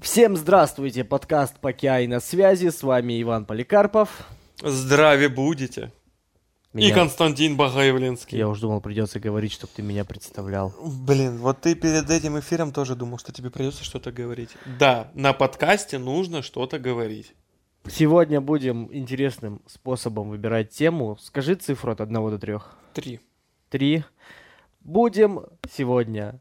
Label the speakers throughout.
Speaker 1: Всем здравствуйте, подкаст «Покиай» на связи, с вами Иван Поликарпов.
Speaker 2: Здраве будете. И
Speaker 1: Меня-
Speaker 2: Константин Багаевленский.
Speaker 1: Я уж думал, придется говорить, чтобы ты меня представлял.
Speaker 2: Блин, вот ты перед этим эфиром тоже думал, что тебе придется что-то говорить. Да, на подкасте нужно что-то говорить.
Speaker 1: Сегодня будем интересным способом выбирать тему. Скажи цифру от 1 до 3.
Speaker 2: Три.
Speaker 1: 3. Будем сегодня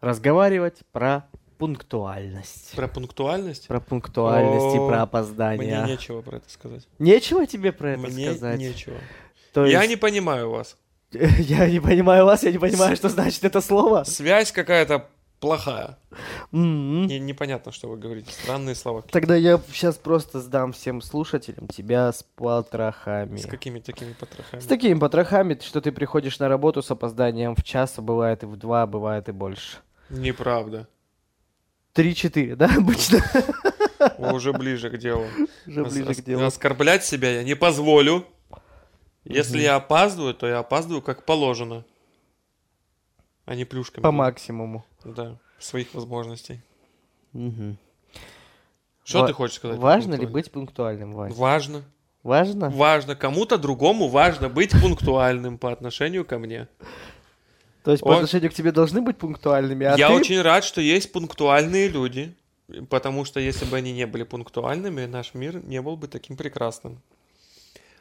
Speaker 1: разговаривать про пунктуальность.
Speaker 2: Про пунктуальность?
Speaker 1: Про пунктуальность и
Speaker 2: О,
Speaker 1: про
Speaker 2: Мне
Speaker 1: опоздание.
Speaker 2: нечего про это сказать.
Speaker 1: Нечего тебе про это
Speaker 2: Мне
Speaker 1: сказать?
Speaker 2: нечего.
Speaker 1: То
Speaker 2: Я не
Speaker 1: есть-
Speaker 2: понимаю вас.
Speaker 1: я не понимаю вас, я не понимаю, что значит это слово.
Speaker 2: Связь какая-то плохая.
Speaker 1: М.
Speaker 2: Не- непонятно, что вы говорите. Странные слова. какие-
Speaker 1: Тогда я сейчас просто сдам всем слушателям тебя с потрохами.
Speaker 2: С какими такими потрохами?
Speaker 1: С такими потрохами, что ты приходишь на работу с опозданием в час, а бывает и в два, а бывает и больше.
Speaker 2: Неправда.
Speaker 1: Три-четыре, да, обычно?
Speaker 2: Вы уже ближе к делу.
Speaker 1: Уже
Speaker 2: Ос-
Speaker 1: ближе
Speaker 2: ос-
Speaker 1: к делу.
Speaker 2: Оскорблять себя я не позволю. Если
Speaker 1: Мгм.
Speaker 2: я опаздываю, то я опаздываю как положено. А не плюшками.
Speaker 1: По максимуму.
Speaker 2: Да, своих возможностей.
Speaker 1: Мгм.
Speaker 2: Что
Speaker 1: Ва-
Speaker 2: ты хочешь сказать?
Speaker 1: Важно ли
Speaker 2: пунктуально?
Speaker 1: быть пунктуальным, Вань?
Speaker 2: Важно.
Speaker 1: Важно?
Speaker 2: Важно. Кому-то другому важно быть пунктуальным по отношению ко мне.
Speaker 1: То есть по
Speaker 2: О-
Speaker 1: отношению к тебе должны быть пунктуальными, а
Speaker 2: я
Speaker 1: ты-
Speaker 2: очень рад, что есть пунктуальные люди. Потому что если бы они не были пунктуальными, наш мир не был бы таким прекрасным.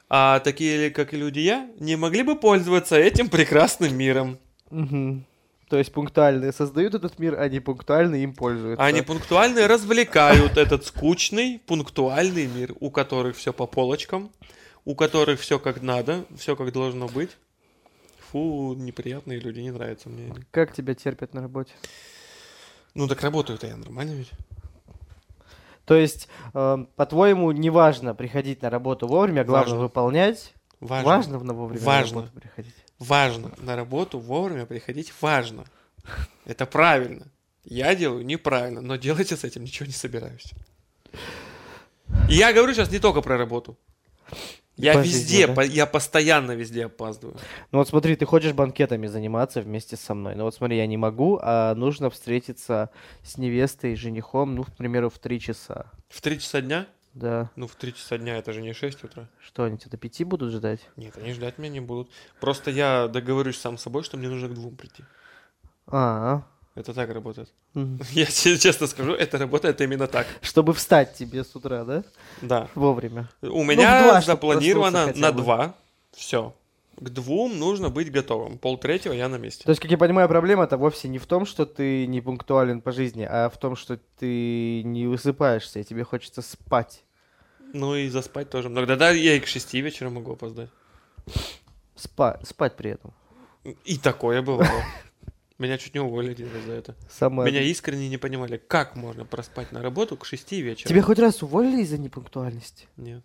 Speaker 2: А такие, как и люди я, не могли бы пользоваться этим прекрасным миром.
Speaker 1: Мгм. То есть пунктуальные создают этот мир, а не пунктуальные им пользуются.
Speaker 2: А Они пунктуальные развлекают этот скучный, пунктуальный мир, у которых все по полочкам, у которых все как надо, все как должно быть. Фу, неприятные люди, не нравятся мне. они.
Speaker 1: Как тебя терпят на работе?
Speaker 2: Ну так работаю-то я нормально ведь.
Speaker 1: То есть, э, по-твоему, неважно приходить на работу вовремя, а главное
Speaker 2: Важно.
Speaker 1: выполнять.
Speaker 2: Важно.
Speaker 1: Важно,
Speaker 2: Важно.
Speaker 1: на вовремя
Speaker 2: Важно.
Speaker 1: на работу приходить.
Speaker 2: На работу вовремя приходить важно. Это правильно. Я делаю неправильно, но делать я с этим ничего не собираюсь. И я говорю сейчас не только про работу. Я
Speaker 1: По
Speaker 2: везде,
Speaker 1: жизни, да?
Speaker 2: по- я постоянно везде опаздываю.
Speaker 1: Ну вот смотри, ты хочешь банкетами заниматься вместе со мной. Ну вот смотри, я не могу, а нужно встретиться с невестой и женихом, ну, к примеру, в 3 часа.
Speaker 2: В три часа дня?
Speaker 1: Да.
Speaker 2: Ну, в 3 часа дня это же не 6 утра.
Speaker 1: Что, они тебя до 5 будут ждать?
Speaker 2: Нет, они ждать меня не будут. Просто я договорюсь сам с собой, что мне нужно к двум прийти.
Speaker 1: А,
Speaker 2: Это так работает.
Speaker 1: м.
Speaker 2: Я тебе честно скажу, это работает именно так.
Speaker 1: Чтобы встать тебе с утра, да?
Speaker 2: Да.
Speaker 1: Вовремя.
Speaker 2: У
Speaker 1: Ну, в
Speaker 2: меня
Speaker 1: два, чтоб
Speaker 2: запланировано
Speaker 1: проснулся хотя
Speaker 2: на
Speaker 1: бы.
Speaker 2: 2. Все. К двум нужно быть готовым. Пол третьего я на месте.
Speaker 1: То есть, как я понимаю, проблема-то вовсе не в том, что ты не пунктуален по жизни, а в том, что ты не высыпаешься, и тебе хочется спать.
Speaker 2: Ну и заспать тоже много. Да-да, я и к 6 вечера могу опоздать.
Speaker 1: Спа- спать при этом.
Speaker 2: И такое бывало. Меня чуть не уволили один раз за это.
Speaker 1: Самое...
Speaker 2: Меня искренне не понимали, как можно проспать на работу к 6 вечера.
Speaker 1: Тебя хоть раз уволили из-за непунктуальности?
Speaker 2: Нет,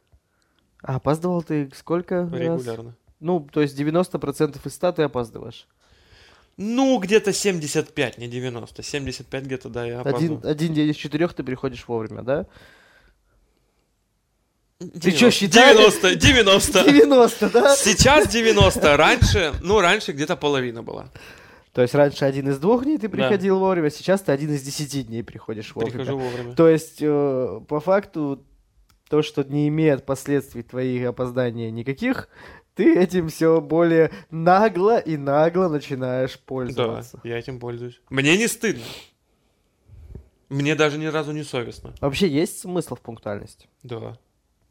Speaker 1: А опаздывал ты сколько раз?
Speaker 2: регулярно.
Speaker 1: Ну, то есть 90% из 100 ты опаздываешь.
Speaker 2: Ну, где-то 75, не 90. 75 где-то, да,
Speaker 1: Один,
Speaker 2: я опаздываю.
Speaker 1: один день из четырех ты приходишь вовремя, да? Ты
Speaker 2: 90,
Speaker 1: чё, считаешь?
Speaker 2: 90, 90.
Speaker 1: 90, да?
Speaker 2: Сейчас 90, раньше, ну, раньше где-то половина была.
Speaker 1: То есть раньше один из двух дней ты
Speaker 2: Да.
Speaker 1: приходил вовремя, сейчас ты один из десяти дней приходишь вовремя.
Speaker 2: Прихожу вовремя.
Speaker 1: То есть, э, по факту, то, что не имеет последствий твои опоздания никаких, ты этим все более нагло и нагло начинаешь
Speaker 2: Да,
Speaker 1: пользоваться.
Speaker 2: я этим пользуюсь. Мне не стыдно. Мне даже ни разу не совестно.
Speaker 1: Вообще есть смысл в пунктуальности?
Speaker 2: Да.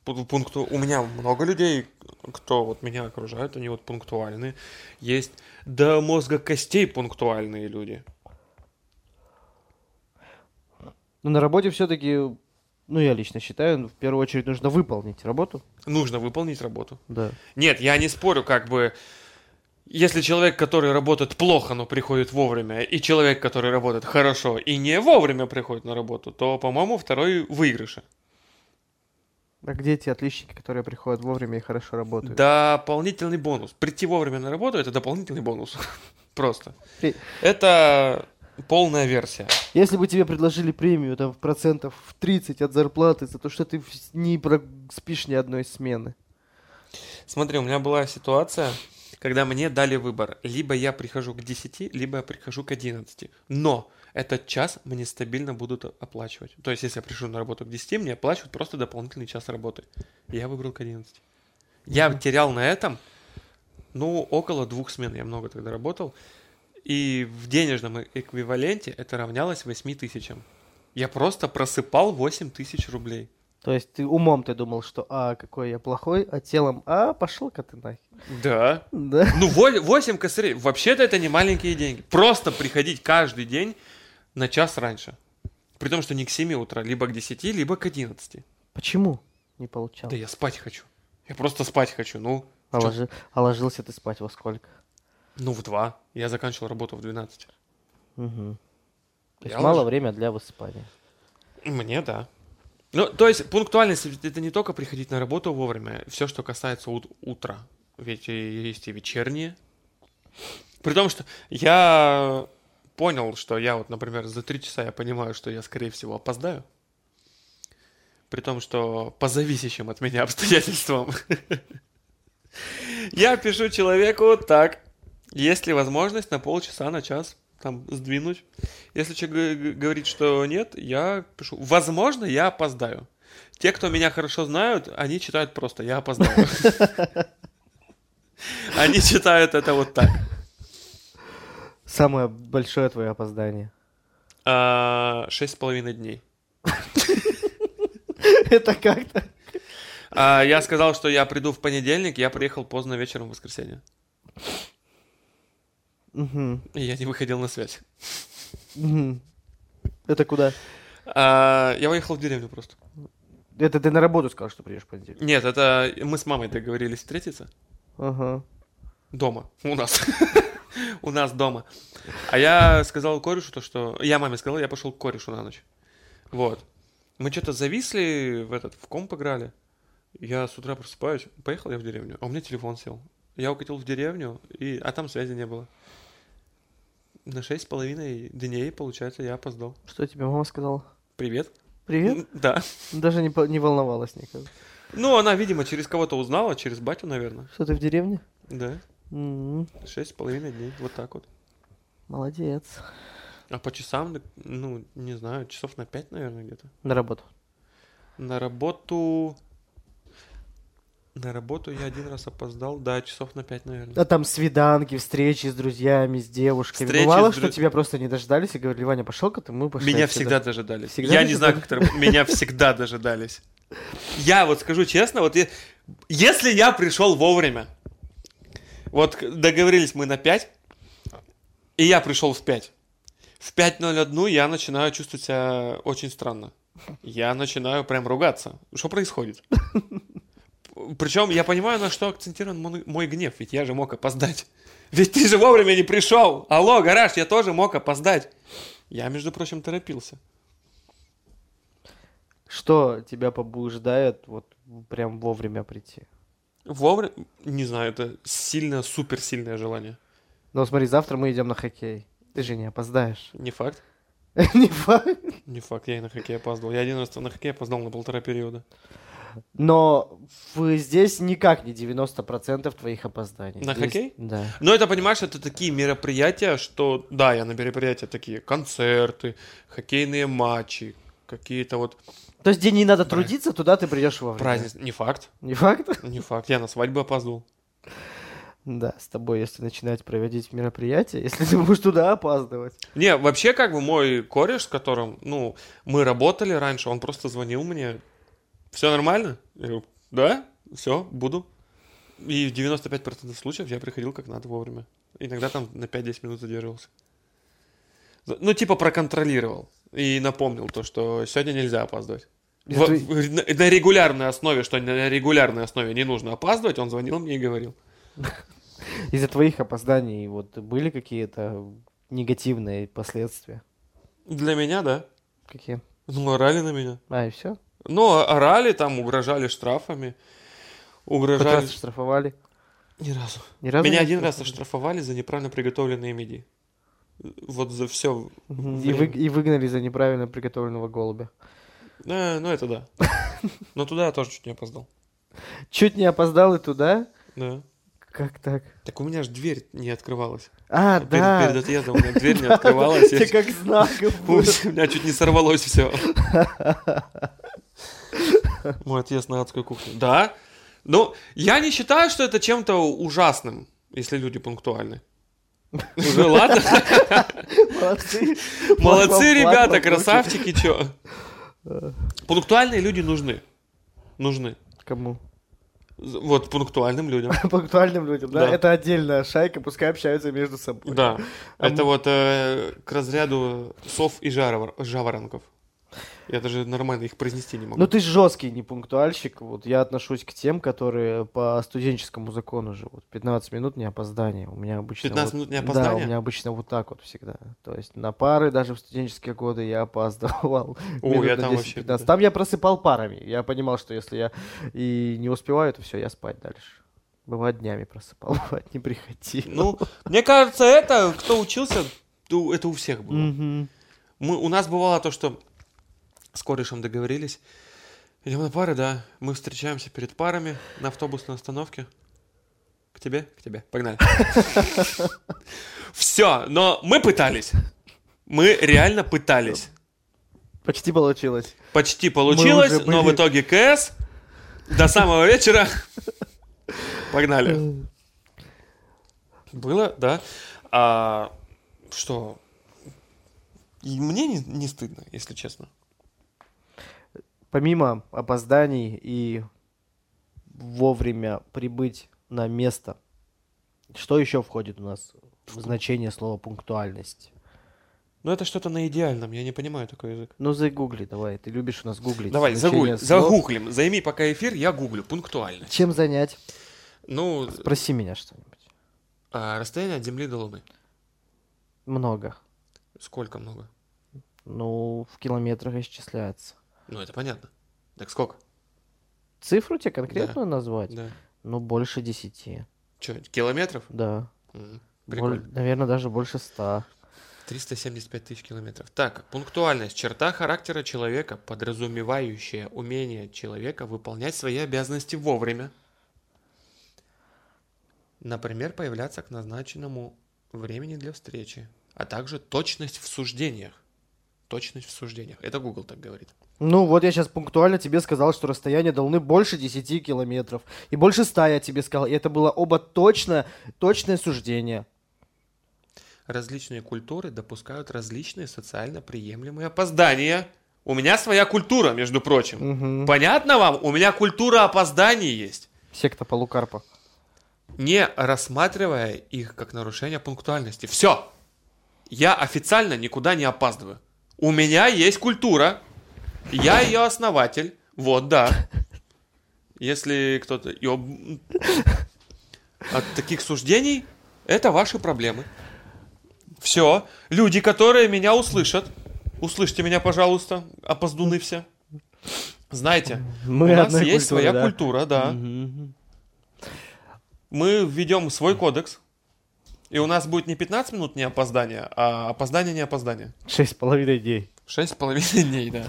Speaker 2: Пу- Пункту... У меня много людей, кто вот меня окружает, они вот пунктуальные. Есть до мозга костей пунктуальные люди.
Speaker 1: Но Ну, на работе все-таки, ну я лично считаю, в первую очередь нужно выполнить работу.
Speaker 2: Нужно выполнить работу.
Speaker 1: Да.
Speaker 2: Нет, я не спорю, как бы... Если человек, который работает плохо, но приходит вовремя, и человек, который работает хорошо и не вовремя приходит на работу, то, по-моему, второй в выигрыше.
Speaker 1: А где те отличники, которые приходят вовремя и хорошо работают?
Speaker 2: Дополнительный бонус. Прийти вовремя на работу – это дополнительный бонус. Просто.
Speaker 1: Ты-
Speaker 2: Это полная версия.
Speaker 1: Если бы тебе предложили премию там в процентов в 30 от зарплаты за то, что ты в- не про- спишь ни одной смены.
Speaker 2: Смотри, у меня была ситуация. когда мне дали выбор. Либо я прихожу к 10, либо я прихожу к 11. Но этот час мне стабильно будут оплачивать. То есть, если я прихожу на работу к 10, мне оплачивают просто дополнительный час работы. Я выбрал к 11. Я терял на этом, ну, около двух смен. Я много тогда работал. И в денежном эквиваленте это равнялось 8 тысячам. Я просто просыпал 8 тысяч рублей.
Speaker 1: То есть ты умом ты думал, что а, какой я плохой, а телом, а, пошел-ка ты нахер.
Speaker 2: Да.
Speaker 1: Да.
Speaker 2: Ну, 8 косарей. Вообще-то это не маленькие деньги. Просто приходить каждый день на час раньше. При том, что не к 7 утра, либо к 10, либо к 11.
Speaker 1: Почему не получал?
Speaker 2: Да я спать хочу. Я просто спать хочу. Ну,
Speaker 1: А,
Speaker 2: чё?
Speaker 1: ложи- а ложился ты спать во сколько?
Speaker 2: ну в 2. Я заканчивал работу в 12.
Speaker 1: Мгм. То
Speaker 2: Я
Speaker 1: есть мало
Speaker 2: ложу-
Speaker 1: время для высыпания.
Speaker 2: Мне да. Ну, то есть пунктуальность ведь это не только приходить на работу вовремя, все, что касается ут- утра. Ведь и есть и вечерние. При том, что я понял, что я вот, например, за три часа я понимаю, что я, скорее всего, опоздаю. При том, что по зависящим от меня обстоятельствам. Я пишу человеку так. Есть ли возможность на полчаса, на час там сдвинуть? Если человек г- г- говорит, что нет, я пишу. Возможно, я опоздаю. Те, кто меня хорошо знают, они читают просто «я опоздаю». Они читают это вот так.
Speaker 1: Самое большое твое опоздание.
Speaker 2: А, Шесть с половиной дней.
Speaker 1: Это как-то.
Speaker 2: А, Я сказал, что я приду в понедельник, я приехал поздно вечером в воскресенье.
Speaker 1: Мгм.
Speaker 2: И я не выходил на связь.
Speaker 1: Мгм. Это куда?
Speaker 2: А, Я уехал в деревню просто.
Speaker 1: Это ты на работу сказал, что приедешь в понедельник.
Speaker 2: Нет, это мы с мамой договорились встретиться.
Speaker 1: Ага.
Speaker 2: Дома. У нас. У нас дома. А я сказал корешу то, что... Я маме сказал, я пошел к корешу на ночь. Вот. Мы что-то зависли в этот, в комп играли. Я с утра просыпаюсь, поехал я в деревню, а у меня телефон сел. Я укатил в деревню, и... а там связи не было. На шесть с половиной дней, получается, я опоздал.
Speaker 1: Что тебе мама сказала?
Speaker 2: Привет.
Speaker 1: Привет?
Speaker 2: М, Да.
Speaker 1: Даже не, по- не волновалась никак.
Speaker 2: Ну, она, видимо, через кого-то узнала, через батю, наверное.
Speaker 1: Что ты в деревне?
Speaker 2: Да.
Speaker 1: М,
Speaker 2: Шесть с половиной дней, вот так вот.
Speaker 1: Молодец.
Speaker 2: А по часам, так, ну, не знаю, часов на 5, наверное, где-то.
Speaker 1: На работу.
Speaker 2: На работу... На работу я один раз опоздал, да, часов на 5, наверное.
Speaker 1: А там свиданки, встречи с друзьями, с девушками.
Speaker 2: Встречи
Speaker 1: Бывало,
Speaker 2: с
Speaker 1: что
Speaker 2: друз-
Speaker 1: тебя просто не дождались и говорили, Ваня, пошел-ка ты, мы пошли.
Speaker 2: Меня
Speaker 1: отсюда».
Speaker 2: всегда дожидались.
Speaker 1: Всегда
Speaker 2: я не знаю, как
Speaker 1: дожидались?
Speaker 2: это работает. Меня всегда дожидались. Я вот скажу честно, вот е- если я пришел вовремя, вот к- договорились мы на 5, и я пришел в 5. В 5.01 я начинаю чувствовать себя очень странно. Я начинаю прям ругаться. Что происходит? Причем я понимаю, на что акцентирован мон- мой гнев, ведь я же мог опоздать. Ведь ты же вовремя не пришел. Алло, гараж, я тоже мог опоздать. Я, между прочим, торопился.
Speaker 1: Что тебя побуждает вот прям вовремя прийти?
Speaker 2: Вовремя, не знаю, это сильно, супер сильное желание.
Speaker 1: Ну смотри, завтра мы идем на хоккей. Ты же не опоздаешь.
Speaker 2: Не факт.
Speaker 1: Не факт.
Speaker 2: Не факт, я и на хоккей опаздывал. Я один раз на хоккей опоздал на полтора периода.
Speaker 1: Но в- здесь никак не 90% твоих опозданий.
Speaker 2: На
Speaker 1: Здесь-
Speaker 2: хоккей?
Speaker 1: Да.
Speaker 2: Но это, понимаешь, это такие мероприятия, что, да, я на мероприятия такие, концерты, хоккейные матчи, какие-то вот
Speaker 1: То есть, где не надо
Speaker 2: Праздник.
Speaker 1: трудиться, туда ты придешь вовремя.
Speaker 2: праздники. Не факт,
Speaker 1: Не факт?
Speaker 2: не факт. Я на свадьбу опаздывал.
Speaker 1: Да, с тобой, если начинать проводить мероприятия, если ты будешь туда опаздывать.
Speaker 2: Не, вообще, как бы мой кореш, с которым, ну, мы работали раньше, он просто звонил мне. Все нормально? Я говорю, да, все, буду. И в 95% случаев я приходил как надо вовремя. Иногда там на 5-10 минут задерживался. За- Ну, типа проконтролировал. И напомнил то, что сегодня нельзя опаздывать.
Speaker 1: Это
Speaker 2: Во-
Speaker 1: вы-
Speaker 2: в- на, на регулярной основе, что на регулярной основе не нужно опаздывать, он звонил мне и говорил.
Speaker 1: Из-за твоих опозданий вот были какие-то негативные последствия?
Speaker 2: Для меня, да.
Speaker 1: Какие?
Speaker 2: Ну, орали на меня.
Speaker 1: А, и все?
Speaker 2: Ну, орали там, угрожали штрафами.
Speaker 1: Хоть
Speaker 2: Угрожали...
Speaker 1: раз штрафовали?
Speaker 2: Ни разу.
Speaker 1: Ни разу
Speaker 2: Меня
Speaker 1: не
Speaker 2: один раз
Speaker 1: штрафовали?
Speaker 2: оштрафовали за неправильно приготовленные миди. Вот за все.
Speaker 1: Мгм. И, вы- и выгнали за неправильно приготовленного голубя.
Speaker 2: ну, это да. Но туда я тоже чуть не опоздал.
Speaker 1: Чуть не опоздал и туда.
Speaker 2: Да.
Speaker 1: К- Как так?
Speaker 2: Так у меня же дверь не открывалась.
Speaker 1: А,
Speaker 2: Перед-
Speaker 1: да.
Speaker 2: Перед отъездом у меня дверь не открывалась. я
Speaker 1: Это как знак.
Speaker 2: У меня чуть не сорвалось все. Мой отъезд на адскую кухню. Да. Ну, я не считаю, что это чем-то ужасным, если люди пунктуальны. Уже ладно.
Speaker 1: Молодцы.
Speaker 2: Молодцы,
Speaker 1: Плакал,
Speaker 2: ребята,
Speaker 1: плакал,
Speaker 2: красавчики, чё. Пунктуальные люди нужны. Нужны.
Speaker 1: Кому?
Speaker 2: З- Вот, пунктуальным людям.
Speaker 1: Пунктуальным людям, да?
Speaker 2: Да.
Speaker 1: Это отдельная шайка, пускай общаются между собой.
Speaker 2: Да.
Speaker 1: А
Speaker 2: Это вот э, к разряду сов и жаровор- жаворонков. Я даже нормально их произнести не могу.
Speaker 1: Ну ты ж жесткий непунктуальщик. Вот я отношусь к тем, которые по студенческому закону живут. 15 минут не опоздание. У меня обычно.
Speaker 2: 15
Speaker 1: вот-
Speaker 2: минут не
Speaker 1: Да, у
Speaker 2: опоздание?
Speaker 1: меня обычно вот так вот всегда. То есть на пары даже в студенческие годы я опаздывал.
Speaker 2: О,
Speaker 1: минут
Speaker 2: я
Speaker 1: на
Speaker 2: там
Speaker 1: 10-15.
Speaker 2: вообще, да.
Speaker 1: Там я просыпал парами. Я понимал, что если я и не успеваю, то все, я спать дальше. Бывает днями просыпал, бывает не приходил.
Speaker 2: Ну, мне кажется, это, кто учился, то это у всех было.
Speaker 1: Мгм.
Speaker 2: Мы, у нас бывало то, что с корешем договорились. Идем на пары, да. Мы встречаемся перед парами на автобусной остановке. К тебе? К тебе. Погнали. Все, но мы пытались. Мы реально пытались.
Speaker 1: Почти получилось.
Speaker 2: Почти получилось,
Speaker 1: уже
Speaker 2: но в
Speaker 1: были-
Speaker 2: итоге КС до самого вечера. Погнали. Было, да. А, что? И мне не, не стыдно, если честно.
Speaker 1: Помимо опозданий и вовремя прибыть на место, что еще входит у нас в значение слова пунктуальность?
Speaker 2: Но это что-то на идеальном, я не понимаю такой язык.
Speaker 1: Ну, загугли давай, ты любишь у нас гуглить.
Speaker 2: Давай,
Speaker 1: загугли.
Speaker 2: загугли- загуглим. Займи пока эфир, я гуглю, пунктуально.
Speaker 1: Чем занять?
Speaker 2: Ну,
Speaker 1: Спроси меня что-нибудь.
Speaker 2: а расстояние от Земли до Луны.
Speaker 1: Много.
Speaker 2: Сколько много?
Speaker 1: Ну, в километрах исчисляется.
Speaker 2: Ну, это понятно. Так сколько?
Speaker 1: Цифру тебе конкретную назвать?
Speaker 2: Да.
Speaker 1: Ну, больше десяти.
Speaker 2: Че, километров?
Speaker 1: Да.
Speaker 2: М,
Speaker 1: Боль-
Speaker 2: Прикольно.
Speaker 1: наверное, даже больше ста.
Speaker 2: 375 тысяч километров. Так, пунктуальность. Черта характера человека, подразумевающая умение человека выполнять свои обязанности вовремя. Например, появляться к назначенному времени для встречи. А также точность в суждениях. Точность в суждениях. Это Google так говорит.
Speaker 1: Ну, вот я сейчас пунктуально тебе сказал, что расстояние до Луны больше 10 километров. И больше 100 я тебе сказал. И это было оба точное, точное суждение.
Speaker 2: Различные культуры допускают различные социально приемлемые опоздания. У меня своя культура, между прочим.
Speaker 1: Мгм.
Speaker 2: Понятно вам? У меня культура опозданий есть.
Speaker 1: Секта полукарпа.
Speaker 2: не рассматривая их как нарушение пунктуальности. Все. Я официально никуда не опаздываю. У меня есть культура. Я ее основатель. Вот, да. Если кто-то... её- От таких суждений это ваши проблемы. Все. Люди, которые меня услышат, услышьте меня, пожалуйста, опоздуны все. Знаете,
Speaker 1: Мы
Speaker 2: у нас
Speaker 1: одной
Speaker 2: есть
Speaker 1: культуры,
Speaker 2: своя
Speaker 1: да.
Speaker 2: культура, да.
Speaker 1: Мгм.
Speaker 2: Мы введем свой кодекс, и у нас будет не 15 минут не опоздания, а опоздание не опоздание.
Speaker 1: Шесть с половиной дней.
Speaker 2: Шесть с половиной дней, да.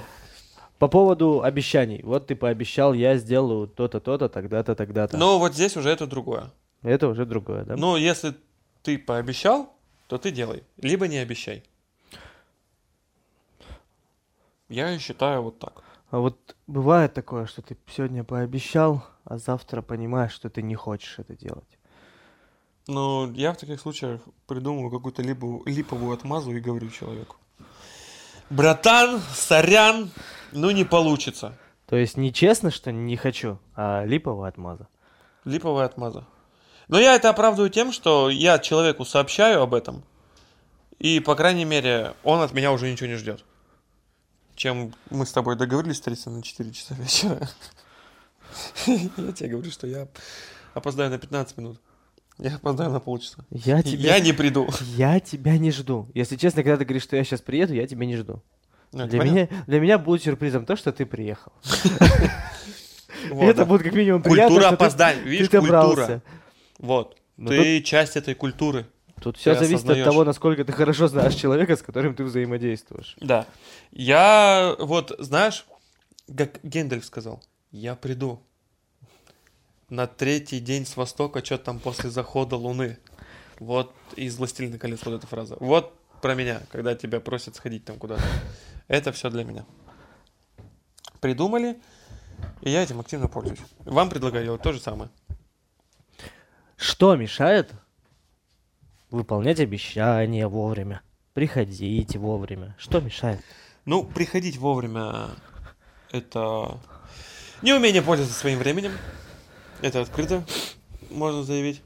Speaker 1: По поводу обещаний. Вот ты пообещал, я сделаю то-то, то-то, тогда-то, тогда-то.
Speaker 2: Но вот здесь уже это другое.
Speaker 1: Это уже другое, да?
Speaker 2: Но если ты пообещал, то ты делай. Либо не обещай. Я считаю вот так.
Speaker 1: А вот бывает такое, что ты сегодня пообещал, а завтра понимаешь, что ты не хочешь это делать.
Speaker 2: Но я в таких случаях придумываю какую-то либо липовую отмазу и говорю человеку. Братан, сорян, ну не получится.
Speaker 1: То есть не честно, что не хочу, а липовая отмаза.
Speaker 2: Липовая отмаза. Но я это оправдываю тем, что я человеку сообщаю об этом, и, по крайней мере, он от меня уже ничего не ждет. Чем мы с тобой договорились встретиться на 4 часа вечера. Я тебе говорю, что я опоздаю на 15 минут. Я опоздаю на полчаса.
Speaker 1: Я тебя,
Speaker 2: Я не приду.
Speaker 1: я тебя не жду. Если честно, когда ты говоришь, что я сейчас приеду, я тебя не жду.
Speaker 2: Ну, это
Speaker 1: для,
Speaker 2: понятно.
Speaker 1: меня, для меня будет сюрпризом то, что ты приехал.
Speaker 2: Вот,
Speaker 1: это
Speaker 2: да.
Speaker 1: будет как минимум приятно,
Speaker 2: Культура
Speaker 1: что ты-
Speaker 2: опозданий.
Speaker 1: ты
Speaker 2: Видишь,
Speaker 1: добрался. Ну
Speaker 2: культура. Вот.
Speaker 1: Но
Speaker 2: Ты часть этой культуры.
Speaker 1: Тут все
Speaker 2: ты
Speaker 1: зависит
Speaker 2: осознаешь.
Speaker 1: от того, насколько ты хорошо знаешь человека, с которым ты взаимодействуешь.
Speaker 2: Да. Я вот, знаешь, как Гендель сказал, я приду. на третий день с востока, что там после захода Луны. Вот из «Властелина колец» вот эта фраза. Вот про меня, когда тебя просят сходить там куда-то. Это все для меня. Придумали, и я этим активно пользуюсь. Вам предлагаю делать то же самое.
Speaker 3: Что мешает выполнять обещания вовремя? Приходите вовремя. Что мешает?
Speaker 2: Ну, приходить вовремя — это неумение пользоваться своим временем. Это открыто, можно заявить.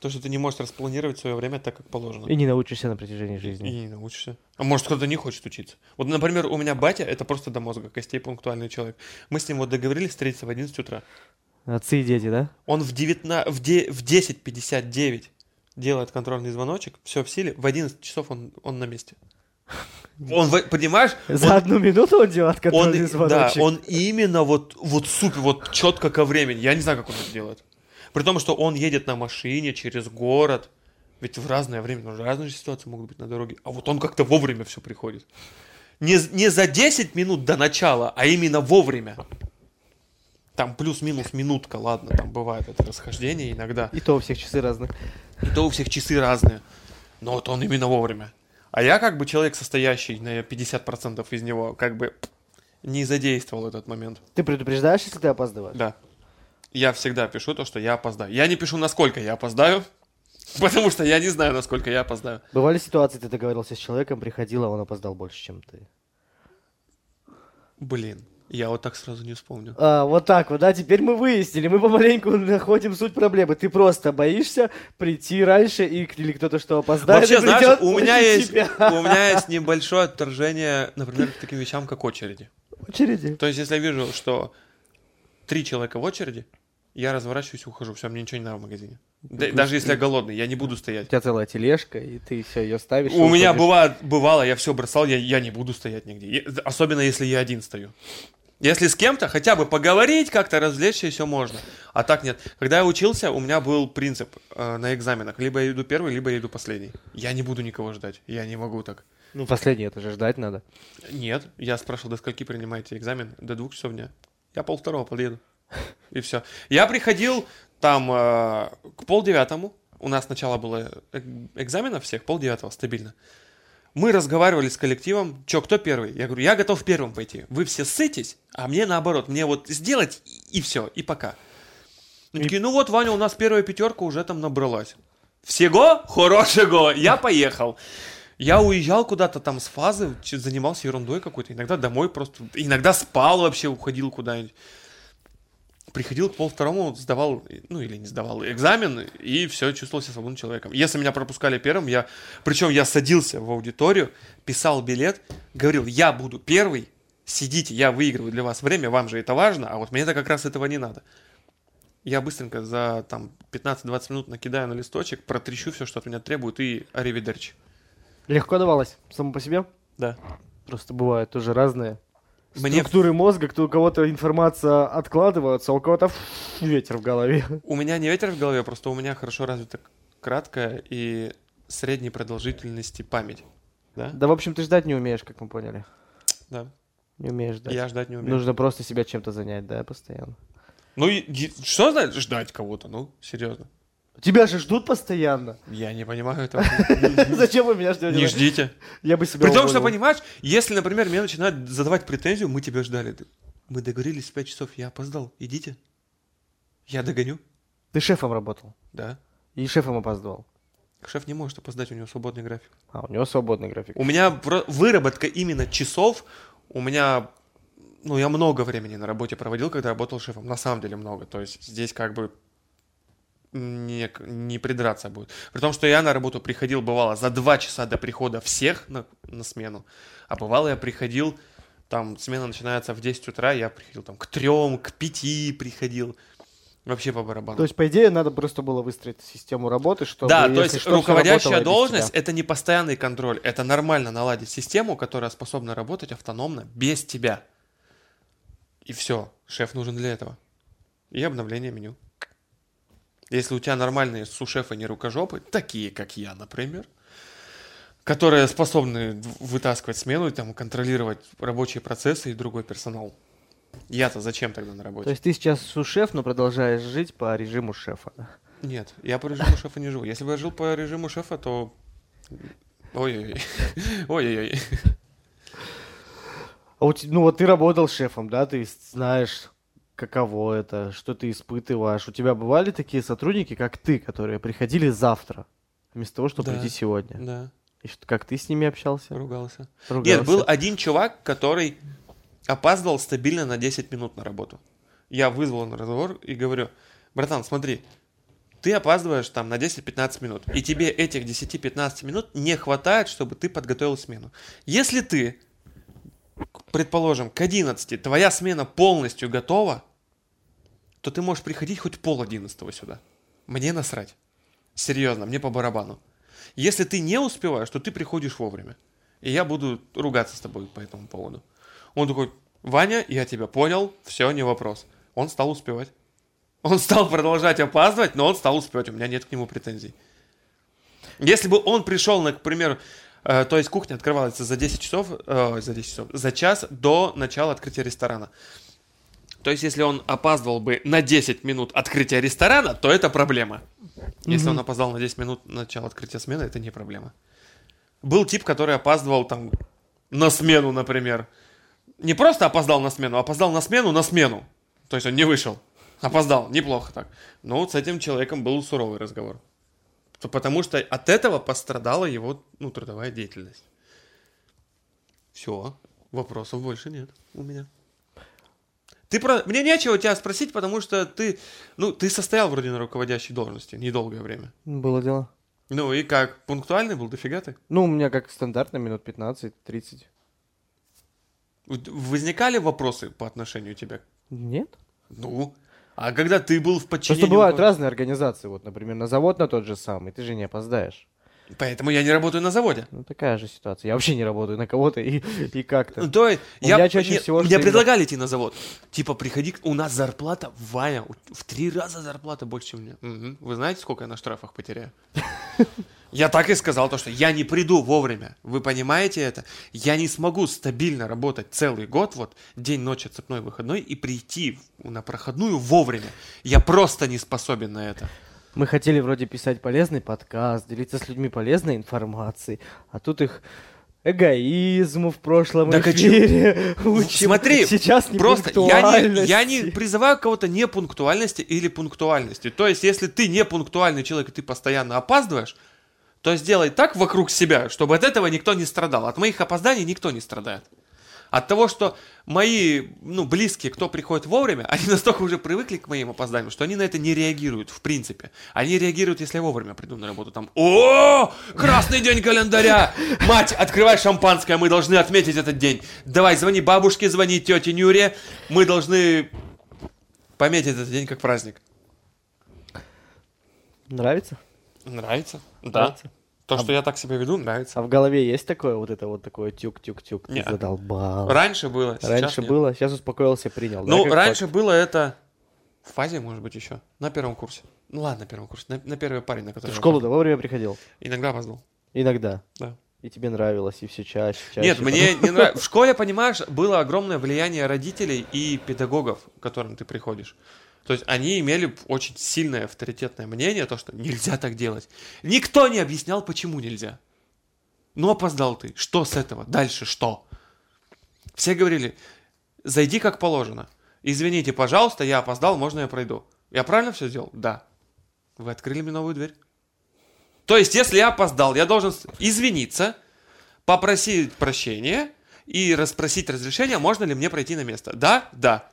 Speaker 2: То, что ты не можешь распланировать свое время так, как положено.
Speaker 3: И не научишься на протяжении
Speaker 2: И
Speaker 3: жизни.
Speaker 2: не научишься. А может, кто-то не хочет учиться. Вот, например, у меня батя, это просто до мозга костей пунктуальный человек. Мы с ним вот договорились встретиться в 11 утра.
Speaker 3: Отцы и дети, да?
Speaker 2: Он в, 19, в, де- в 10.59 делает контрольный звоночек, все в силе, в 11 часов он, он на месте. Он, в- понимаешь,
Speaker 3: За одну минуту он делает
Speaker 2: он,
Speaker 3: контрольный
Speaker 2: да,
Speaker 3: звоночек.
Speaker 2: он именно вот, вот супер, вот четко ко времени. Я не знаю, как он это делает. При том, что он едет на машине через город. Ведь в разное время, ну, разные же ситуации могут быть на дороге. А вот он как-то вовремя все приходит. Не, з- не за 10 минут до начала, а именно вовремя. Там плюс-минус минутка, ладно, там бывает это расхождение иногда.
Speaker 1: И то у всех часы разные.
Speaker 2: И то у всех часы разные. Но вот он именно вовремя. А я как бы человек, состоящий на 50% из него, как бы не задействовал этот момент.
Speaker 1: Ты предупреждаешь, если ты опаздываешь?
Speaker 2: Да. Я всегда пишу то, что я опоздаю. Я не пишу, насколько я опоздаю, потому что я не знаю, насколько я опоздаю.
Speaker 1: Бывали ситуации, ты договорился с человеком, приходил, а он опоздал больше, чем ты.
Speaker 2: Блин, я вот так сразу не вспомню.
Speaker 1: А, вот так вот, да, теперь мы выяснили, мы помаленьку находим суть проблемы. Ты просто боишься прийти раньше, и или кто-то что опоздает, и
Speaker 2: Вообще, знаешь,
Speaker 1: придет
Speaker 2: у меня,
Speaker 1: позже
Speaker 2: есть,
Speaker 1: тебя.
Speaker 2: у меня есть небольшое отторжение, например, к таким вещам, как очереди.
Speaker 1: В очереди.
Speaker 2: То есть, если я вижу, что три человека в очереди, я разворачиваюсь и ухожу. Все, мне ничего не надо в магазине. Да- даже если я голодный, я не буду стоять.
Speaker 1: У тебя целая тележка, и ты все ее ставишь. и
Speaker 2: У меня
Speaker 1: уходишь.
Speaker 2: бывает, бывало, я все бросал, я, я не буду стоять нигде. Е- Особенно, если я один стою. Если с кем-то, хотя бы поговорить как-то, развлечься, все можно. А так нет. Когда я учился, у меня был принцип э, на экзаменах. Либо я иду первый, либо я иду последний. Я не буду никого ждать. Я не могу так.
Speaker 1: Ну, последнее это же ждать надо.
Speaker 2: Нет, я спрашивал, до скольки принимаете экзамен? До двух часов дня. Я пол второго подъеду. И все. Я приходил там э, к полдевятому. У нас сначала было э- экзаменов всех, полдевятого стабильно. Мы разговаривали с коллективом, чё, кто первый? Я говорю, я готов первым пойти. Вы все сытесь, а мне наоборот, мне вот сделать и, все, и пока. Они такие, ну вот, Ваня, у нас первая пятерка уже там набралась. Всего хорошего, я поехал. Я уезжал куда-то там с фазы, че- занимался ерундой какой-то, иногда домой просто, иногда спал вообще, уходил куда-нибудь. Приходил к полвторому, сдавал, ну или не сдавал экзамен, и все, чувствовал себя свободным человеком. Если меня пропускали первым, я, причем я садился в аудиторию, писал билет, говорил, я буду первый, сидите, я выигрываю для вас время, вам же это важно, а вот мне-то как раз этого не надо. Я быстренько за там 15-20 минут накидаю на листочек, протрещу все, что от меня требуют, и аривидерчи.
Speaker 1: Легко давалось, само по себе.
Speaker 2: Да.
Speaker 1: Просто бывают тоже разные.
Speaker 2: Мне
Speaker 1: Структуры мозга, кто у кого-то информация откладывается, а у кого-то ф- ветер в голове.
Speaker 2: У меня не ветер в голове, просто у меня хорошо развита краткая и средней продолжительности память. Да?
Speaker 1: Да, в общем, ты ждать не умеешь, как мы поняли.
Speaker 2: Да.
Speaker 1: Не умеешь ждать.
Speaker 2: Я ждать не умею.
Speaker 1: Нужно просто себя чем-то занять, да, постоянно.
Speaker 2: Ну, и- и что значит ждать кого-то? Ну, серьезно.
Speaker 1: Тебя же ждут постоянно.
Speaker 2: Я не понимаю этого.
Speaker 1: Зачем вы меня ждете?
Speaker 2: Не ждите.
Speaker 1: Я бы себя
Speaker 2: При том, что,
Speaker 1: уволил.
Speaker 2: понимаешь, если, например, мне начинают задавать претензию, мы тебя ждали. Мы договорились в 5 часов, я опоздал. Идите. Я догоню.
Speaker 1: Ты шефом работал.
Speaker 2: Да.
Speaker 1: И шефом опаздывал.
Speaker 2: Шеф не может опоздать, у него свободный график.
Speaker 1: А, у него свободный график.
Speaker 2: У меня вро- выработка именно часов, у меня, ну, я много времени на работе проводил, когда работал шефом, на самом деле много, то есть здесь как бы не, к- не придраться будет. При том, что я на работу приходил, бывало, за два часа до прихода всех на, на смену, а бывало я приходил, там, смена начинается в 10 утра, я приходил там к трем, к пяти приходил, вообще по барабану.
Speaker 1: То есть, по идее, надо просто было выстроить систему работы, чтобы...
Speaker 2: Да, то
Speaker 1: если
Speaker 2: есть
Speaker 1: что, всё работало и
Speaker 2: руководящая
Speaker 1: без
Speaker 2: должность
Speaker 1: тебя.
Speaker 2: это не постоянный контроль, это нормально наладить систему, которая способна работать автономно без тебя. И все, шеф нужен для этого. И обновление меню. Если у тебя нормальные сушефы не рукожопы, такие как я, например, которые способны в- вытаскивать смену и там контролировать рабочие процессы и другой персонал. Я-то зачем тогда на работе?
Speaker 3: То есть ты сейчас су-шеф, но продолжаешь жить по режиму шефа.
Speaker 2: Нет, я по режиму шефа не живу. Если бы я жил по режиму шефа, то... Ой-ой-ой. Ой-ой-ой.
Speaker 1: А у те- ну вот ты работал шефом, да, ты с- знаешь, каково это, что ты испытываешь. У тебя бывали такие сотрудники, как ты, которые приходили завтра, вместо того, чтобы
Speaker 2: Да.
Speaker 1: прийти сегодня?
Speaker 2: Да,
Speaker 1: И что, как ты с ними общался?
Speaker 2: ругался.
Speaker 1: Ругался?
Speaker 2: Нет, был один чувак, который опаздывал стабильно на 10 минут на работу. Я вызвал на разговор и говорю, братан, смотри, ты опаздываешь там на 10-15 минут, и тебе этих 10-15 минут не хватает, чтобы ты подготовил смену. Если ты, к- предположим, к 11 твоя смена полностью готова, то ты можешь приходить хоть пол 11 сюда. Мне насрать. Серьезно, мне по барабану. Если ты не успеваешь, то ты приходишь вовремя. И я буду ругаться с тобой по этому поводу. Он такой, Ваня, я тебя понял, все, не вопрос. Он стал успевать. Он стал продолжать опаздывать, но он стал успевать, у меня нет к нему претензий. Если бы он пришел, на, к примеру, э, то есть кухня открывалась за 10 часов, э, за 10 часов, за час до начала открытия ресторана. То есть, если он опаздывал бы на 10 минут открытия ресторана, то это проблема. Если он опоздал на 10 минут начала открытия смены, это не проблема. Был тип, который опаздывал там на смену, например. Не просто опоздал на смену, а опоздал на смену на смену. То есть он не вышел. Опоздал, неплохо так. Но вот с этим человеком был суровый разговор. То- Потому что от этого пострадала его ну, трудовая деятельность. Все, вопросов больше нет у меня. Ты про... Мне нечего тебя спросить, потому что ты, ну, ты состоял вроде на руководящей должности недолгое время.
Speaker 1: Было дело.
Speaker 2: Ну и как, пунктуальный был, дофига ты?
Speaker 1: Ну, у меня как стандартно минут 15-30.
Speaker 2: Вот Возникали вопросы по отношению тебя?
Speaker 1: Нет?
Speaker 2: Ну, а когда ты был в подчинении...
Speaker 1: Просто бывают
Speaker 2: руковод-
Speaker 1: разные организации. Вот, например, на завод на тот же самый, ты же не опоздаешь.
Speaker 2: Поэтому я не работаю на заводе.
Speaker 1: Ну, такая же ситуация. Я вообще не работаю на кого-то и, и
Speaker 2: Ну,
Speaker 1: как-то.
Speaker 2: то есть,
Speaker 1: У
Speaker 2: я,
Speaker 1: меня чаще
Speaker 2: мне-
Speaker 1: всего, что
Speaker 2: мне
Speaker 1: именно-
Speaker 2: предлагали идти на завод. Типа, приходи, к- у нас зарплата, Ваня, у- в три раза зарплата больше, чем у меня. Мгм. Вы знаете, сколько я на штрафах потеряю? Я так и сказал, то, что я не приду вовремя. Вы понимаете это? Я не смогу стабильно работать целый год, вот день, ночь, отцепной, выходной, и прийти в- на проходную вовремя. Я просто не способен на это.
Speaker 3: Мы хотели вроде писать полезный подкаст, делиться с людьми полезной информацией, а тут их эгоизму в прошлом
Speaker 2: Так а чё-
Speaker 3: эфире учим.
Speaker 2: Смотри,
Speaker 3: сейчас не
Speaker 2: Просто я не, я не призываю кого-то не пунктуальности или пунктуальности. То есть, если ты не пунктуальный человек и ты постоянно опаздываешь, то сделай так вокруг себя, чтобы от этого никто не страдал. От моих опозданий никто не страдает. От того, что мои ну, близкие, кто приходит вовремя, они настолько уже привыкли к моим опозданиям, что они на это не реагируют, в принципе. Они реагируют, если я вовремя приду на работу. Там, о, красный день календаря! Мать, открывай шампанское, мы должны отметить этот день. Давай, звони бабушке, звони тете Нюре, мы должны пометить этот день как праздник.
Speaker 3: Нравится?
Speaker 2: Нравится? Да.
Speaker 3: Нравится?
Speaker 2: То, что я так себя веду, нравится.
Speaker 3: А в голове есть такое вот это вот такое тюк-тюк-тюк? Ты
Speaker 2: Не-а.
Speaker 3: задолбал.
Speaker 2: Раньше было, сейчас
Speaker 3: А. Раньше
Speaker 2: нет.
Speaker 3: было, сейчас успокоился, принял. да,
Speaker 2: Ну,
Speaker 3: как
Speaker 2: раньше было это в фазе, может быть, еще. На первом курсе. Ну ладно, на первом курсе. На, на первый парень, на
Speaker 3: факт? Ты
Speaker 2: который.
Speaker 3: в
Speaker 2: я
Speaker 3: школу
Speaker 2: ходил.
Speaker 3: да вовремя приходил?
Speaker 2: Иногда опаздывал.
Speaker 3: Иногда.
Speaker 2: Да.
Speaker 3: И тебе нравилось, и все чаще, чаще.
Speaker 2: Нет, мне не нравится. В школе, понимаешь, было огромное влияние родителей и педагогов, к которым ты приходишь. То есть они имели очень сильное авторитетное мнение, то, что нельзя так делать. Никто не объяснял, почему нельзя. Ну, опоздал ты. Что с этого? Дальше что? Все говорили, зайди как положено. Извините, пожалуйста, я опоздал, можно я пройду? Я правильно все сделал? Да. Вы открыли мне новую дверь. То есть, если я опоздал, я должен с- извиниться, попросить прощения и расспросить разрешения, можно ли мне пройти на место. Да? Да.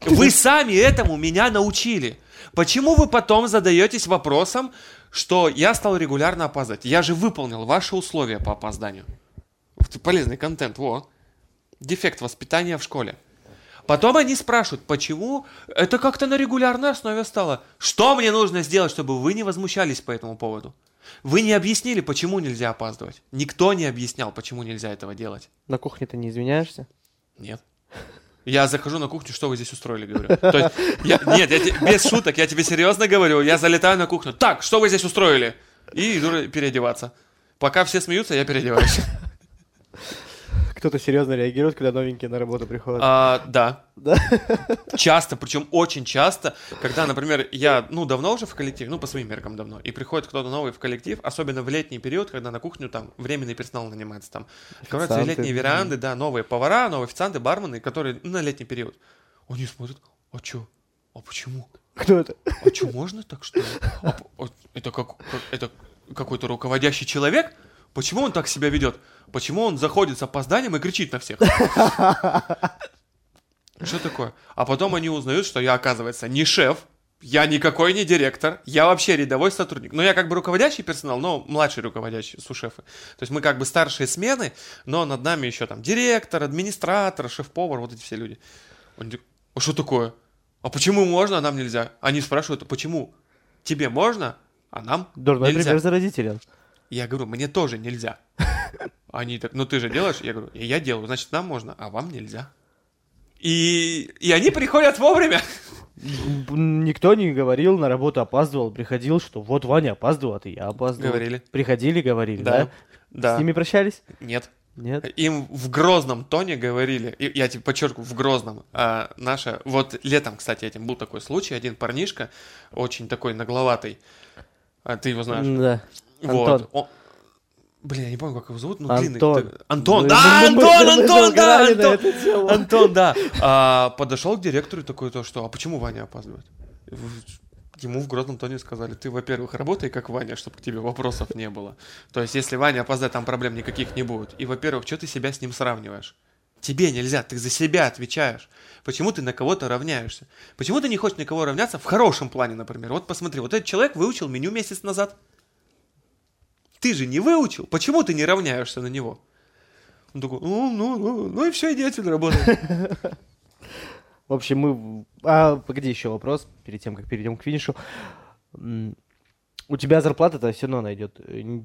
Speaker 2: Вы сами этому меня научили. Почему вы потом задаетесь вопросом, что я стал регулярно опаздывать? Я же выполнил ваши условия по опозданию. Вот Полезный контент, во. Дефект воспитания в школе. Потом они спрашивают, почему это как-то на регулярной основе стало. Что мне нужно сделать, чтобы вы не возмущались по этому поводу? Вы не объяснили, почему нельзя опаздывать. Никто не объяснял, почему нельзя этого делать.
Speaker 3: На кухне ты не извиняешься?
Speaker 2: Нет. Я захожу на кухню, что вы здесь устроили, говорю. То есть, я- нет, я те- без шуток, я тебе серьезно говорю, я залетаю на кухню. Так, что вы здесь устроили? И иду переодеваться. Пока все смеются, я переодеваюсь.
Speaker 1: кто-то серьезно реагирует, когда новенькие на работу приходят.
Speaker 2: А, да.
Speaker 1: Да?
Speaker 2: Часто, причем очень часто, когда, например, я, ну, давно уже в коллективе, ну, по своим меркам давно, и приходит кто-то новый в коллектив, особенно в летний период, когда на кухню там временный персонал нанимается там. Открываются
Speaker 1: Официанты.
Speaker 2: летние веранды, да, новые повара, новые официанты, бармены, которые ну, на летний период. Они смотрят, а чё? А почему?
Speaker 1: Кто это?
Speaker 2: А что, можно так что? ли? А п- а это как, как- это какой-то руководящий человек? Почему он так себя ведет? Почему он заходит с опозданием и кричит на всех? Что такое? А потом они узнают, что я, оказывается, не шеф, я никакой не директор, я вообще рядовой сотрудник. Ну, я как бы руководящий персонал, но младший руководящий, сушефы. То есть мы как бы старшие смены, но над нами еще там директор, администратор, шеф-повар, вот эти все люди. Он такой, а что такое? А почему можно, а нам нельзя? Они спрашивают, а почему тебе можно, а нам
Speaker 3: Дурной
Speaker 2: нельзя?
Speaker 3: пример за родителя.
Speaker 2: Я говорю, мне тоже нельзя. Они так, ну ты же делаешь? Я говорю, я делаю, значит нам можно, а вам нельзя. И, и они приходят вовремя.
Speaker 3: М, Никто не говорил, на работу опаздывал, приходил, что вот Ваня опаздывал, а ты я опаздывал.
Speaker 2: Говорили.
Speaker 3: Приходили, говорили, да?
Speaker 2: Да, да.
Speaker 3: С ними прощались?
Speaker 2: Нет.
Speaker 3: Нет.
Speaker 2: Им в грозном тоне говорили, и я тебе подчеркиваю, в грозном, а, наша, вот летом, кстати, этим был такой случай, один парнишка, очень такой нагловатый, а, ты его знаешь.
Speaker 3: М, Да.
Speaker 2: Вот.
Speaker 3: Антон.
Speaker 2: он- Блин, я не помню, как его зовут, ну длинный.
Speaker 3: Антон.
Speaker 2: ты- Антон,
Speaker 3: Мы-
Speaker 2: да,
Speaker 3: мы- мы-
Speaker 2: Антон,
Speaker 3: мы
Speaker 2: Антон, да,
Speaker 3: разговаривали на
Speaker 2: Антон.
Speaker 3: эту тему.
Speaker 2: Антон, да. А, Подошел к директору и такой то, что, а почему Ваня опаздывает? Ему в грозном тоне сказали, ты, во-первых, работай как Ваня, чтобы к тебе вопросов не было. То есть, если Ваня опоздает, там проблем никаких не будет. И, во-первых, что ты себя с ним сравниваешь? Тебе нельзя, ты за себя отвечаешь. Почему ты на кого-то равняешься? Почему ты не хочешь на кого равняться в хорошем плане, например? Вот посмотри, вот этот человек выучил меню месяц назад. Ты же не выучил, почему ты не равняешься на него? Он такой, ну, ну, ну, ну и все, иди отсюда работай.
Speaker 3: В общем, мы... в- А, погоди, еще вопрос, перед тем, как перейдем к финишу. М, У тебя зарплата-то все равно идет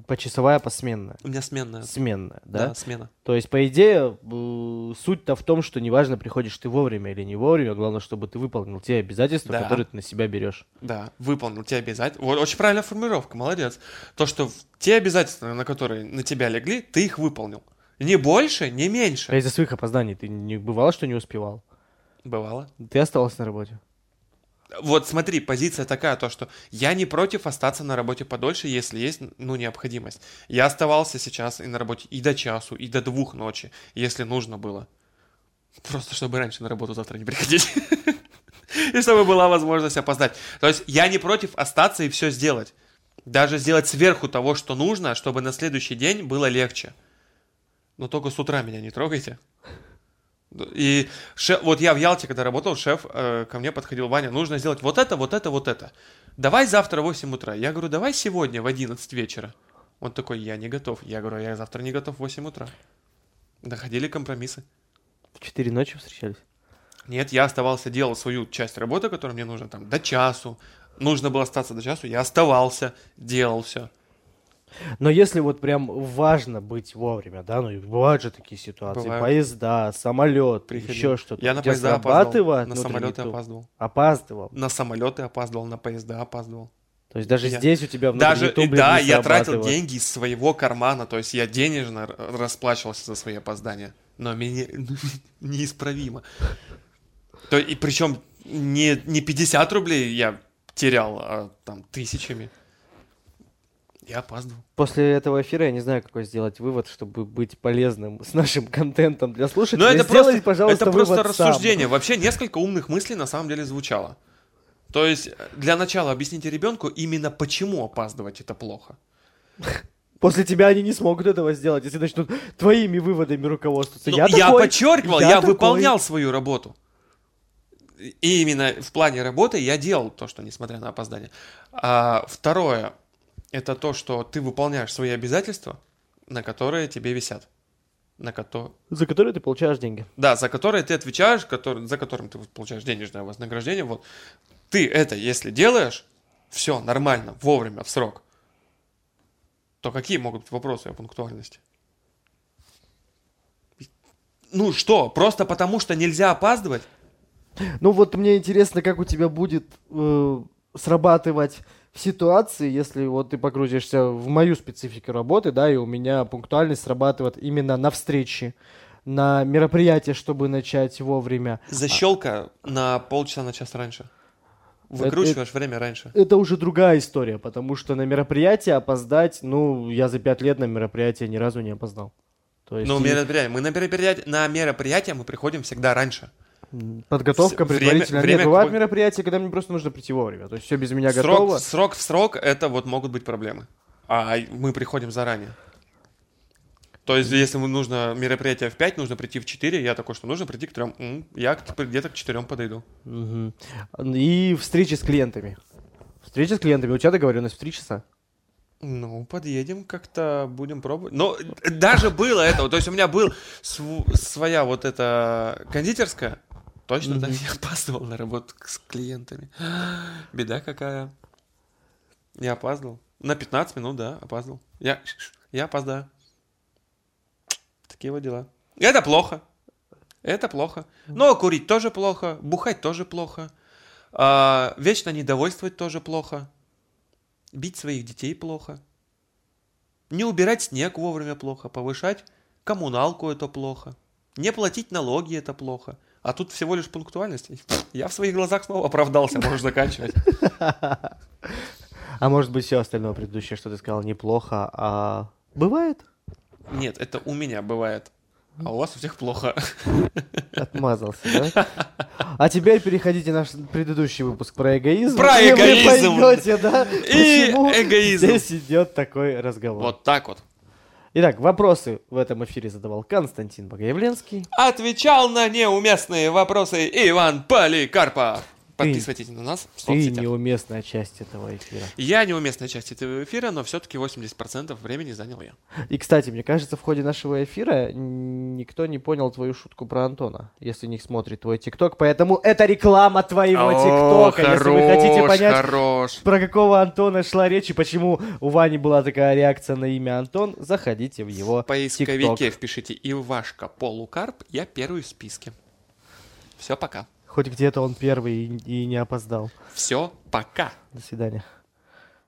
Speaker 3: почасовая, посменная.
Speaker 2: У меня сменная.
Speaker 3: Сменная,
Speaker 2: Да,
Speaker 3: да?
Speaker 2: смена.
Speaker 3: То есть, по идее, б- суть-то в том, что неважно, приходишь ты вовремя или не вовремя, главное, чтобы ты выполнил те обязательства,
Speaker 2: Да.
Speaker 3: которые ты на себя берешь.
Speaker 2: Да, выполнил те обязательства. Вот очень правильная формулировка, молодец. То, что в- те обязательства, на которые на тебя легли, ты их выполнил. Не больше, не
Speaker 3: А
Speaker 1: Э,
Speaker 2: меньше.
Speaker 3: из-за своих опозданий ты не бывало, что не успевал?
Speaker 2: Бывало.
Speaker 3: Ты оставался на работе?
Speaker 2: Вот смотри, позиция такая, то, что я не против остаться на работе подольше, если есть, ну, необходимость. Я оставался сейчас и на работе и до часу, и до двух ночи, если нужно было. Просто чтобы раньше на работу завтра не приходить. И чтобы была возможность опоздать. То есть я не против остаться и все сделать. Даже сделать сверху того, что нужно, чтобы на следующий день было легче. Но только с утра меня не трогайте. И ше- вот я в Ялте, когда работал, шеф э, ко мне подходил, Ваня, нужно сделать вот это, вот это, вот это. Давай завтра в 8 утра. Я говорю, давай сегодня в 11 вечера. Он такой, я не готов. Я говорю, «А я завтра не готов в 8 утра. Доходили компромиссы.
Speaker 3: В 4 ночи встречались?
Speaker 2: Нет, я оставался, делал свою часть работы, которая мне нужна там до часу. Нужно было остаться до часу, я оставался, делал все.
Speaker 3: Но если вот прям важно быть вовремя, да, ну и бывают же такие ситуации,
Speaker 2: Бывают.
Speaker 3: поезда, самолет,
Speaker 2: Приходил.
Speaker 3: еще что-то.
Speaker 2: Я на
Speaker 3: где
Speaker 2: поезда опаздывал,
Speaker 3: срабатывает
Speaker 2: на
Speaker 3: внутренний
Speaker 2: самолеты
Speaker 3: тур.
Speaker 2: опаздывал.
Speaker 3: Опаздывал.
Speaker 2: На самолеты опаздывал, на поезда опаздывал.
Speaker 3: То есть даже
Speaker 2: Я-
Speaker 3: здесь у тебя внутренний
Speaker 2: Даже, и
Speaker 3: тумблер
Speaker 2: да,
Speaker 3: не
Speaker 2: я тратил
Speaker 3: срабатывает.
Speaker 2: деньги из своего кармана, то есть я денежно р- расплачивался за свои опоздания. Но меня неисправимо. То, и причем не, не 50 рублей я терял, а там тысячами. Я опаздывал.
Speaker 3: После этого эфира я не знаю, какой сделать вывод, чтобы быть полезным с нашим контентом для слушателей.
Speaker 2: Но Ну, это
Speaker 3: Сделай,
Speaker 2: просто,
Speaker 3: пожалуйста,
Speaker 2: это просто
Speaker 3: вывод сам.
Speaker 2: рассуждение. Вообще несколько умных мыслей на самом деле звучало. То есть э, для начала объясните ребенку именно почему опаздывать это плохо.
Speaker 3: После тебя они не смогут этого сделать, если начнут твоими выводами руководствоваться.
Speaker 2: Ну,
Speaker 3: я, такой,
Speaker 2: подчеркивал, я,
Speaker 3: я такой.
Speaker 2: выполнял свою работу. И именно в плане работы я делал то, что несмотря на опоздание. А второе, это то, что ты выполняешь свои обязательства, на которые тебе висят. На которые...
Speaker 3: за который ты получаешь деньги.
Speaker 2: Да, за которые ты отвечаешь, который- за которым ты получаешь денежное вознаграждение. Вот. Ты это, если делаешь, все нормально, вовремя, в срок, то какие могут быть вопросы о пунктуальности? Ну что, просто потому что нельзя опаздывать?
Speaker 1: Ну вот мне интересно, как у тебя будет э, срабатывать в ситуации, если вот ты погрузишься в мою специфику работы, да, и у меня пунктуальность срабатывает именно на встрече, на мероприятие, чтобы начать вовремя.
Speaker 2: Защелка на полчаса на час раньше. Выкручиваешь время раньше.
Speaker 1: Это уже другая история, потому что на мероприятие опоздать, ну, я за пять лет на мероприятие ни разу не опоздал. То есть
Speaker 2: Ну,
Speaker 1: и
Speaker 2: мероприятие. Мы на мероприятие, на мероприятие мы приходим всегда раньше.
Speaker 1: подготовка
Speaker 2: время-
Speaker 1: предварительная.
Speaker 2: время
Speaker 1: Нет, бывают
Speaker 2: какое-
Speaker 1: мероприятия, когда мне просто нужно прийти вовремя. То есть все без меня готово.
Speaker 2: Срок, срок в срок, это вот могут быть проблемы. А мы приходим заранее. То есть, если ему нужно мероприятие в 5, нужно прийти в 4, я такой, что нужно прийти к 3. я к- где-то к 4 подойду.
Speaker 1: Мгм. И встречи с клиентами. Встречи с клиентами. У тебя договоренность в три часа?
Speaker 2: Ну, подъедем как-то, будем пробовать. Но Ну, даже было этого. То есть у меня был св- своя вот эта кондитерская. Точно там я опаздывал на работу к- с клиентами. Беда какая. Я опаздывал. На 15 минут, да, опаздывал. Я, я опоздаю. Такие вот дела. Это плохо. Это плохо. Но курить тоже плохо, бухать тоже плохо. А, вечно недовольствовать тоже плохо. Бить своих детей плохо. Не убирать снег вовремя плохо. Повышать коммуналку это плохо. Не платить налоги это плохо. А тут всего лишь пунктуальность. Я в своих глазах снова оправдался, можешь заканчивать.
Speaker 1: А может быть, все остальное предыдущее, что ты сказал, неплохо, а бывает?
Speaker 2: Нет, это у меня бывает. А у вас у всех плохо.
Speaker 1: Отмазался, да? А теперь переходите наш предыдущий выпуск про эгоизм.
Speaker 2: Про
Speaker 1: и вы
Speaker 2: эгоизм.
Speaker 1: поймете, да, почему
Speaker 2: эгоизм.
Speaker 1: здесь идет такой разговор.
Speaker 2: Вот так вот.
Speaker 1: Итак, вопросы в этом эфире задавал Константин Богоявленский.
Speaker 2: Отвечал на неуместные вопросы Иван Поликарпов. Подписывайтесь на нас в
Speaker 1: Ты
Speaker 2: соцсетях.
Speaker 1: неуместная часть этого эфира.
Speaker 2: Я неуместная часть этого эфира, но все-таки 80% времени занял я.
Speaker 1: И, кстати, мне кажется, в ходе нашего эфира н- никто не понял твою шутку про Антона, если не смотрит твой ТикТок, поэтому это реклама твоего
Speaker 2: О,
Speaker 1: ТикТока. а Если вы хотите
Speaker 2: хорош,
Speaker 1: понять,
Speaker 2: Хорош.
Speaker 1: про какого Антона шла речь и почему у Вани была такая реакция на имя Антон, заходите в его
Speaker 2: В поисковике
Speaker 1: TikTok.
Speaker 2: впишите Ивашка Полукарп, я первый в списке. Все пока.
Speaker 1: Хоть где-то он первый и- и не опоздал.
Speaker 2: Все пока.
Speaker 1: До свидания.